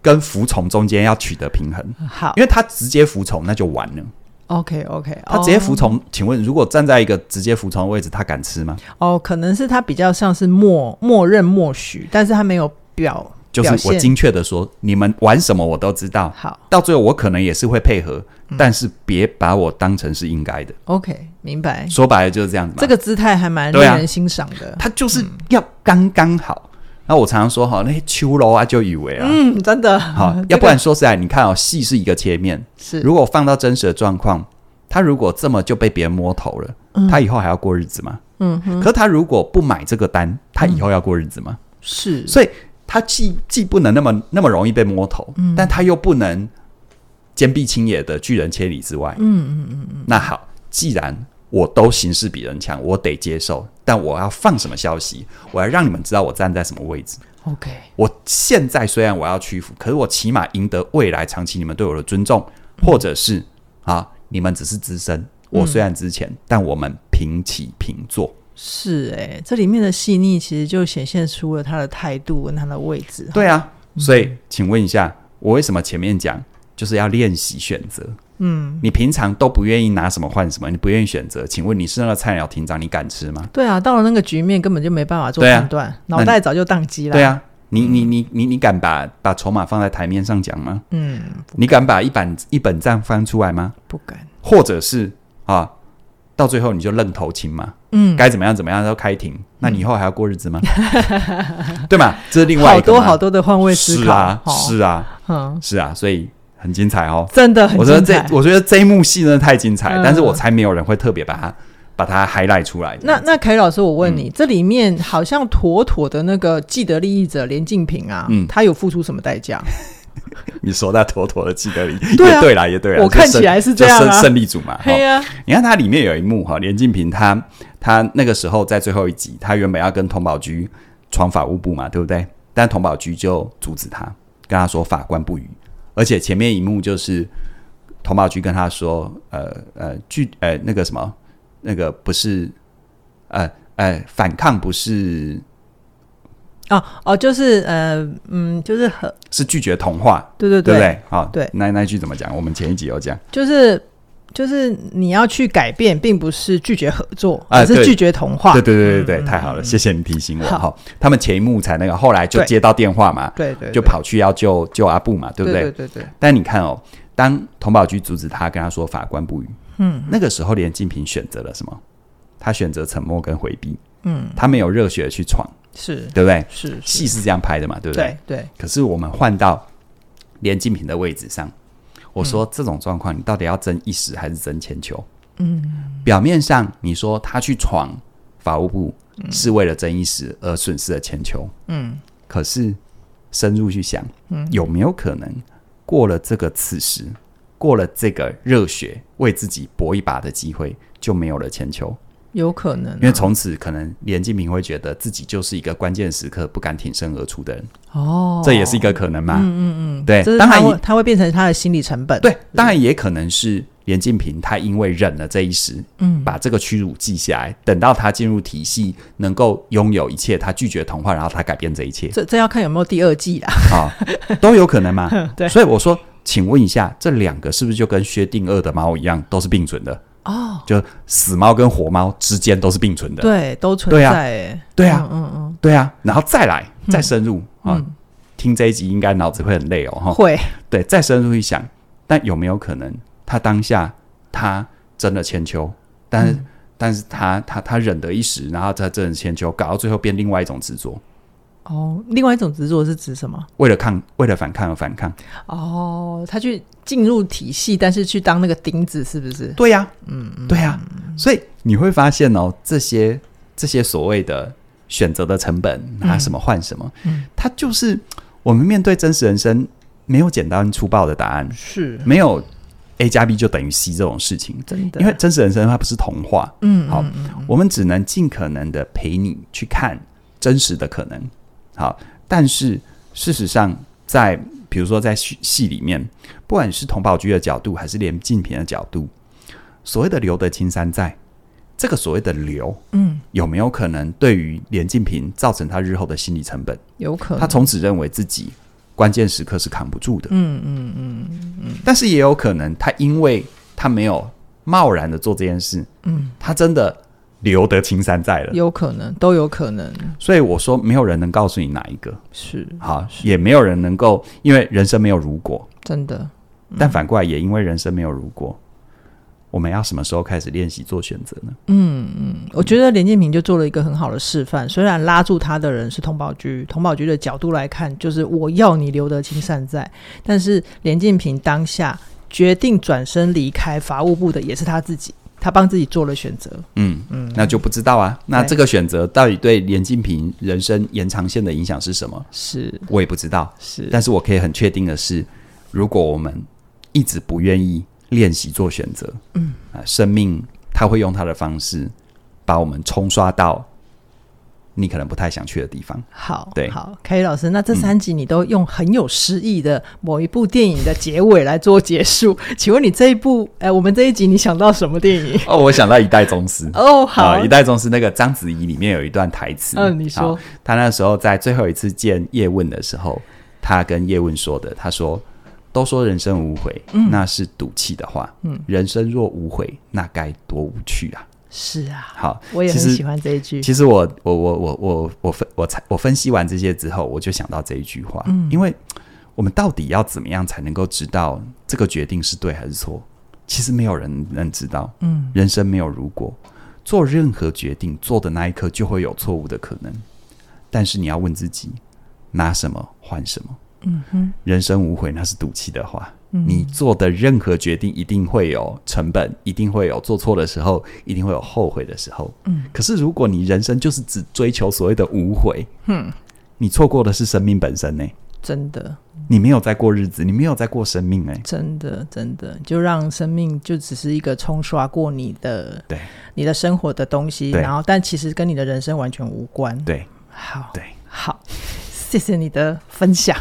[SPEAKER 2] 跟服从中间要取得平衡，
[SPEAKER 1] 好
[SPEAKER 2] 因为他直接服从那就完了。
[SPEAKER 1] ，OK OK，
[SPEAKER 2] 他直接服从，请问如果站在一个直接服从的位置，他敢吃吗？
[SPEAKER 1] 哦哦，可能是他比较像是默默认默许，但是他没有表，
[SPEAKER 2] 就是
[SPEAKER 1] 表
[SPEAKER 2] 我
[SPEAKER 1] 现
[SPEAKER 2] 精确的说，你们玩什么我都知道，
[SPEAKER 1] 好
[SPEAKER 2] 到最后我可能也是会配合，
[SPEAKER 1] 嗯
[SPEAKER 2] 但是别把我当成是应该的。
[SPEAKER 1] ，OK，明白，
[SPEAKER 2] 说白了就是这样子嘛。
[SPEAKER 1] 哎这个姿态还蛮令
[SPEAKER 2] 对啊
[SPEAKER 1] 人欣赏的，
[SPEAKER 2] 他就是要刚刚好。那我常常说哈，那些秋楼啊就以为啊，
[SPEAKER 1] 嗯，真的，
[SPEAKER 2] 好、
[SPEAKER 1] 这个
[SPEAKER 2] 要不然说实在，你看哦，戏是一个切面，
[SPEAKER 1] 是
[SPEAKER 2] 如果放到真实的状况，他如果这么就被别人摸头了，他以后还要过日子吗？
[SPEAKER 1] 嗯哼，
[SPEAKER 2] 可是他如果不买这个单，他以后要过日子吗？
[SPEAKER 1] 是
[SPEAKER 2] 所以他既既不能那么那么容易被摸头，但他又不能坚壁清野的拒人千里之外。嗯嗯嗯。那好，既然我都形势比人强，我得接受，但我要放什么消息？我要让你们知道我站在什么位置。
[SPEAKER 1] OK，
[SPEAKER 2] 我现在虽然我要屈服，可是我起码赢得未来长期你们对我的尊重，或者是啊，你们只是资深，我虽然之前，但我们平起平坐。
[SPEAKER 1] 是哎、这里面的细腻其实就显现出了他的态度跟他的位置。
[SPEAKER 2] 对啊，所以请问一下，我为什么前面讲就是要练习选择？嗯，你平常都不愿意拿什么换什么，你不愿意选择，请问你是那个菜鸟庭长，你敢吃吗？
[SPEAKER 1] 对啊，到了那个局面根本就没办法做
[SPEAKER 2] 对啊
[SPEAKER 1] 判断，
[SPEAKER 2] 那
[SPEAKER 1] 脑
[SPEAKER 2] 你
[SPEAKER 1] 袋早就宕机了。
[SPEAKER 2] 对，啊，你你你你你敢把把筹码放在台面上讲吗？
[SPEAKER 1] 嗯，
[SPEAKER 2] 你敢把一本一本账翻出来吗？
[SPEAKER 1] 不敢。
[SPEAKER 2] 或者是啊，到最后你就愣头青嘛，
[SPEAKER 1] 嗯，
[SPEAKER 2] 该怎么样怎么样都开庭，那你以后还要过日子吗？ 对嘛，这是另外
[SPEAKER 1] 好
[SPEAKER 2] 一个
[SPEAKER 1] 多
[SPEAKER 2] 嘛
[SPEAKER 1] 好多的换位思考，
[SPEAKER 2] 是啊，
[SPEAKER 1] 哦、
[SPEAKER 2] 是啊，
[SPEAKER 1] 嗯，
[SPEAKER 2] 是啊，所以很精彩哦。
[SPEAKER 1] 真的很
[SPEAKER 2] 我觉得
[SPEAKER 1] 精
[SPEAKER 2] 这
[SPEAKER 1] 彩。，
[SPEAKER 2] 我觉得这一幕戏真的太精彩，
[SPEAKER 1] 嗯
[SPEAKER 2] 但是我猜没有人会特别把它把它 highlight 出来。
[SPEAKER 1] 那那凯老师，我问
[SPEAKER 2] 嗯
[SPEAKER 1] 你，这里面好像妥妥的那个既得利益者连静平啊，
[SPEAKER 2] 嗯
[SPEAKER 1] 他有付出什么代价？
[SPEAKER 2] 你说那妥妥的记得里，
[SPEAKER 1] 对啊
[SPEAKER 2] 也对啦，也对啦，
[SPEAKER 1] 我
[SPEAKER 2] 就
[SPEAKER 1] 看
[SPEAKER 2] 胜
[SPEAKER 1] 起来是这样啊
[SPEAKER 2] 就胜胜利组嘛。哈
[SPEAKER 1] 嘿呀、
[SPEAKER 2] 你看它里面有一幕哈，连晋平他他那个时候在最后一集，他原本要跟童宝驹闯法务部嘛，对不对？但童宝驹就阻止他，跟他说法官不语。而且前面一幕就是童宝驹跟他说，呃呃拒呃那个什么那个不是呃呃反抗不是
[SPEAKER 1] 哦哦，就是呃嗯，就是很
[SPEAKER 2] 是拒绝同化，
[SPEAKER 1] 对对
[SPEAKER 2] 对不对？好，哦
[SPEAKER 1] 对
[SPEAKER 2] 那那一句怎么讲？我们前一集有讲，
[SPEAKER 1] 就是就是你要去改变，并不是拒绝合作，
[SPEAKER 2] 啊
[SPEAKER 1] 而是
[SPEAKER 2] 对
[SPEAKER 1] 拒绝童话。
[SPEAKER 2] 对对对对对，太好了，谢谢你提醒我
[SPEAKER 1] 好
[SPEAKER 2] 哈。他们前一幕才那个，后来就
[SPEAKER 1] 对
[SPEAKER 2] 接到电话嘛，
[SPEAKER 1] 对对，
[SPEAKER 2] 就
[SPEAKER 1] 对
[SPEAKER 2] 跑去要救救阿布嘛，对不
[SPEAKER 1] 对
[SPEAKER 2] 对？
[SPEAKER 1] 对对对，
[SPEAKER 2] 但你看哦，当童宝驹阻止他，跟他说法官不语，嗯，那个时候连静平选择了什么？他选择沉默跟回避，
[SPEAKER 1] 嗯，
[SPEAKER 2] 他没有热血去闯，
[SPEAKER 1] 是
[SPEAKER 2] 对不对？
[SPEAKER 1] 是是，
[SPEAKER 2] 戏是这样拍的嘛，对不对？
[SPEAKER 1] 对对，
[SPEAKER 2] 可是我们换到连静平的位置上，我说这种状况，你到底要争一时还是争千秋？嗯，表面上你说他去闯法务部是为了争一时而损失了千秋，
[SPEAKER 1] 嗯，
[SPEAKER 2] 可是深入去想，有没有可能过了这个此时，过了这个热血为自己搏一把的机会，就没有了千秋？
[SPEAKER 1] 有可能啊、
[SPEAKER 2] 因为从此可能连静平会觉得自己就是一个关键时刻不敢挺身而出的人，
[SPEAKER 1] 哦，
[SPEAKER 2] 这也是一个可能嘛。嗯嗯嗯，对
[SPEAKER 1] 这，是
[SPEAKER 2] 当
[SPEAKER 1] 他
[SPEAKER 2] 然
[SPEAKER 1] 会
[SPEAKER 2] 也
[SPEAKER 1] 他会变成他的心理成本。
[SPEAKER 2] 对，当然也可能是连静平他因为忍了这一时，
[SPEAKER 1] 嗯，
[SPEAKER 2] 把这个屈辱记下来，等到他进入体系，能够拥有一切，他拒绝童话，然后他改变这 一切
[SPEAKER 1] 这这要看有没有第二季啦。
[SPEAKER 2] 啊、都有可能嘛。
[SPEAKER 1] 对
[SPEAKER 2] 所以我说，请问一下，这两个是不是就跟薛定谔的猫一样，都是并存的？
[SPEAKER 1] 哦，
[SPEAKER 2] 就死猫跟活猫之间都是并存的。
[SPEAKER 1] 对，都存
[SPEAKER 2] 对啊
[SPEAKER 1] 在、欸。
[SPEAKER 2] 对啊，
[SPEAKER 1] 嗯嗯
[SPEAKER 2] 对啊，然后再来再深入、
[SPEAKER 1] 嗯
[SPEAKER 2] 啊，听这一集应该脑子会很累哦，哈
[SPEAKER 1] 嗯，。会
[SPEAKER 2] 对，再深入一想，但有没有可能他当下他真的千秋，但是、但是他他他忍得一时，然后他真的千秋，搞到最后变另外一种执着，
[SPEAKER 1] 哦。另外一种执着是指什么？
[SPEAKER 2] 为了抗为了反抗而反抗。
[SPEAKER 1] 哦，他去进入体系，但是去当那个钉子，是不是？
[SPEAKER 2] 对呀、嗯，对呀、所以你会发现哦，这些这些所谓的选择的成本，拿什么换什么，
[SPEAKER 1] 嗯
[SPEAKER 2] 它就是我们面对真实人生没有简单粗暴的答案，
[SPEAKER 1] 是，
[SPEAKER 2] 没有 A 加 B 就等于 C 这种事情。
[SPEAKER 1] 真的。
[SPEAKER 2] 因为真实人生它不是童话，
[SPEAKER 1] 嗯，
[SPEAKER 2] 好
[SPEAKER 1] 嗯嗯
[SPEAKER 2] 我们只能尽可能的陪你去看真实的可能。好，但是事实上在，比如说在戏戏里面，不管是童宝驹的角度，还是连静平的角度，所谓的留得青山在，这个所谓的留，
[SPEAKER 1] 嗯，
[SPEAKER 2] 有没有可能对于连静平造成他日后的心理成本？
[SPEAKER 1] 有可能。
[SPEAKER 2] 他从此认为自己关键时刻是扛不住的，
[SPEAKER 1] 嗯嗯嗯
[SPEAKER 2] 但是也有可能他因为他没有贸然的做这件事，
[SPEAKER 1] 嗯，
[SPEAKER 2] 他真的留得青山在了。
[SPEAKER 1] 有可能，都有可能
[SPEAKER 2] 所以我说，没有人能告诉你哪一个
[SPEAKER 1] 是
[SPEAKER 2] 好，也没有人能够，因为人生没有如果，
[SPEAKER 1] 真的。
[SPEAKER 2] 但反过来也因为人生没有如果，我们要什么时候开始练习做选择呢？嗯
[SPEAKER 1] 我觉得连建平就做了一个很好的示范，虽然拉住他的人是童宝驹，童宝驹的角度来看，就是我要你留得青山在，但是连建平当下决定转身离开法务部的也是他自己，他帮自己做了选择。
[SPEAKER 2] 嗯嗯，那就不知道啊。那
[SPEAKER 1] 对
[SPEAKER 2] 这个选择到底对连静平人生延长线的影响是什么？
[SPEAKER 1] 是
[SPEAKER 2] 我也不知道。
[SPEAKER 1] 是，
[SPEAKER 2] 但是我可以很确定的是，如果我们一直不愿意练习做选择，嗯啊，生命它会用它的方式把我们冲刷到你可能不太想去的地方。
[SPEAKER 1] 好，
[SPEAKER 2] 对嗯
[SPEAKER 1] 好，凯宇老师，那这三集你都用很有诗意的某一部电影的结尾来做结束， 请问你这一部，哎、我们这一集你想到什么电 影？
[SPEAKER 2] 哦，我想到一代宗师。
[SPEAKER 1] 哦， 好，
[SPEAKER 2] 啊一代宗师那个章子怡里面有一段台词，
[SPEAKER 1] 嗯你说
[SPEAKER 2] 好他那时候在最后一次见叶问的时候，他跟叶问说的，他说：“都说人生无悔，
[SPEAKER 1] 嗯
[SPEAKER 2] 那是赌气的话。嗯，人生若无悔，那该多无趣啊！”
[SPEAKER 1] 是啊，
[SPEAKER 2] 好，
[SPEAKER 1] 我也
[SPEAKER 2] 其
[SPEAKER 1] 很
[SPEAKER 2] 实
[SPEAKER 1] 喜欢这一句，
[SPEAKER 2] 其实我我我我我我分我才我分析完这些之后，我就想到这一句话，
[SPEAKER 1] 嗯
[SPEAKER 2] 因为我们到底要怎么样才能够知道这个决定是对还是错？其实没有人能知道，
[SPEAKER 1] 嗯，
[SPEAKER 2] 人生没有如果，做任何决定做的那一刻就会有错误的可能，但是你要问自己，拿什么换什么？
[SPEAKER 1] 嗯哼，
[SPEAKER 2] 人生无悔，那是赌气的话。
[SPEAKER 1] 嗯
[SPEAKER 2] 你做的任何决定一定会有成本，一定会有做错的时候，一定会有后悔的时候。
[SPEAKER 1] 嗯，
[SPEAKER 2] 可是如果你人生就是只追求所谓的无悔，
[SPEAKER 1] 哼，
[SPEAKER 2] 你错过的是生命本身呢、
[SPEAKER 1] 真的，
[SPEAKER 2] 你没有在过日子，你没有在过生命呢、
[SPEAKER 1] 真的，真的，就让生命就只是一个冲刷过你的
[SPEAKER 2] 对
[SPEAKER 1] 你的生活的东西，
[SPEAKER 2] 对
[SPEAKER 1] 然后但其实跟你的人生完全无关。
[SPEAKER 2] 对
[SPEAKER 1] 好，
[SPEAKER 2] 对，
[SPEAKER 1] 好。谢谢你的分享。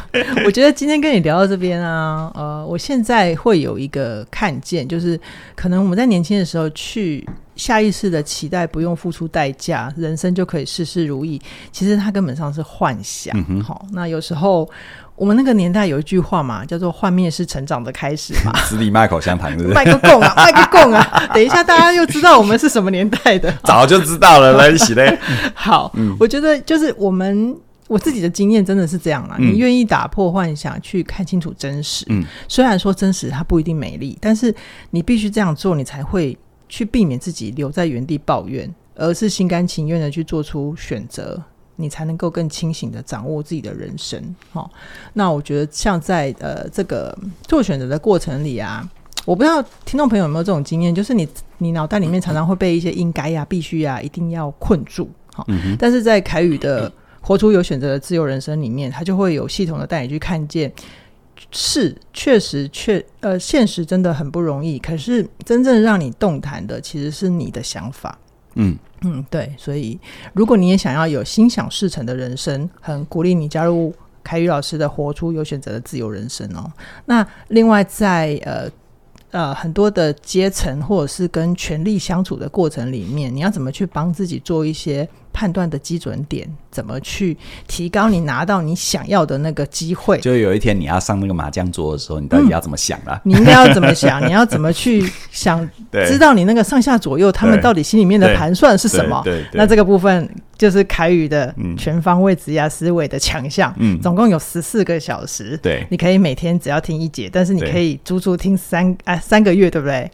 [SPEAKER 1] 我觉得今天跟你聊到这边啊，呃，我现在会有一个看见，就是可能我们在年轻的时候去下意识的期待不用付出代价，人生就可以事事如意，其实它根本上是幻想。好、那有时候我们那个年代有一句话嘛，叫做“幻灭是成长的开始” 嘛。
[SPEAKER 2] 死里卖口香糖，是不是？
[SPEAKER 1] 卖个供啊，卖个供啊！等一下，大家又知道我们是什么年代的。
[SPEAKER 2] 早就知道了，来洗嘞。
[SPEAKER 1] 好，
[SPEAKER 2] 嗯
[SPEAKER 1] 我觉得就是我们我自己的经验真的是这样啦。啊
[SPEAKER 2] 嗯
[SPEAKER 1] 你愿意打破幻想，去看清楚真实。
[SPEAKER 2] 嗯，
[SPEAKER 1] 虽然说真实它不一定美丽，但是你必须这样做，你才会去避免自己留在原地抱怨，而是心甘情愿的去做出选择。你才能够更清醒的掌握自己的人生，哦。那我觉得像在呃这个做选择的过程里啊，我不知道听众朋友有没有这种经验，就是你你脑袋里面常常会被一些应该呀、必须呀、啊一定要困住，好、但是在凯宇的《活出有选择的自由人生》里面，他就会有系统的带你去看见，是确实确呃，现实真的很不容易，可是真正让你动弹的其实是你的想法。
[SPEAKER 2] 嗯，
[SPEAKER 1] 嗯，对，所以如果你也想要有心想事成的人生，很鼓励你加入凯宇老师的“活出有选择的自由人生”哦。那另外在呃呃很多的阶层或者是跟权力相处的过程里面，你要怎么去帮自己做一些判断的基准点？怎么去提高你拿到你想要的那个机会？
[SPEAKER 2] 就有一天你要上那个麻将桌的时候，你到底要怎么想啊啦？
[SPEAKER 1] 你应该要怎么想？你要怎么去想？
[SPEAKER 2] 嗯对
[SPEAKER 1] 知道你那个上下左右他们
[SPEAKER 2] 对
[SPEAKER 1] 到底心里面的盘算是什么？
[SPEAKER 2] 对对对
[SPEAKER 1] 那这个部分就是凯宇的全方位职涯思维的强项，
[SPEAKER 2] 嗯
[SPEAKER 1] 总共有十四个小时，
[SPEAKER 2] 对
[SPEAKER 1] 你可以每天只要听一节，但是你
[SPEAKER 2] 对
[SPEAKER 1] 可以足足听三啊、三个月，对不 对？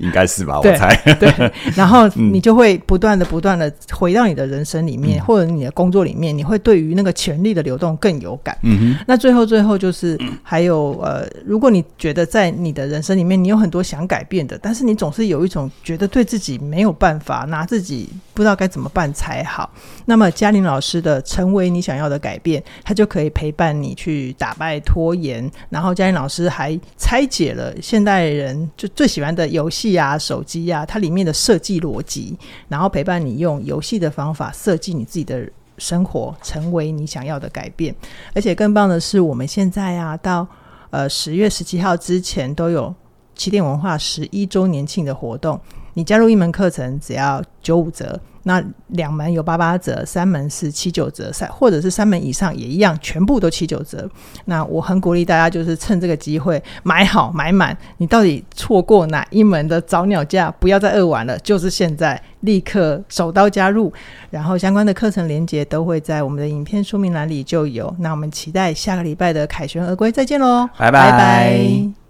[SPEAKER 2] 应该是吧？我
[SPEAKER 1] 对
[SPEAKER 2] 猜。
[SPEAKER 1] 对，然后
[SPEAKER 2] 嗯
[SPEAKER 1] 你就会不断的、不断的回到你的人生里面，或者你的工作里面，你会对于那个权力的流动更有感。
[SPEAKER 2] 嗯哼，
[SPEAKER 1] 那最后最后就是还有呃，如果你觉得在你的人生里面你有很多想改变的，但是你总是有一种觉得对自己没有办法，拿自己不知道该怎么办才好。那么嘉玲老师的《成为你想要的改变》，他就可以陪伴你去打败拖延。然后嘉玲老师还拆解了现代人就最喜欢的游戏啊、手机啊，它里面的设计逻辑，然后陪伴你用游戏的方法设计你自己的。生活成为你想要的改变，而且更棒的是，我们现在啊，到呃十月十七号之前都有起点文化十一周年庆的活动。你加入一门课程只要九五折，那两门有八八折，三门是七九折，三或者是三门以上也一样，全部都七九折。那我很鼓励大家，就是趁这个机会买好买满。你到底错过哪一门的早鸟价，不要再二玩了，就是现在，立刻手刀加入。然后相关的课程连接都会在我们的影片说明栏里就有。那我们期待下个礼拜的凯旋而归，再见喽，
[SPEAKER 2] 拜
[SPEAKER 1] 拜
[SPEAKER 2] 拜
[SPEAKER 1] 拜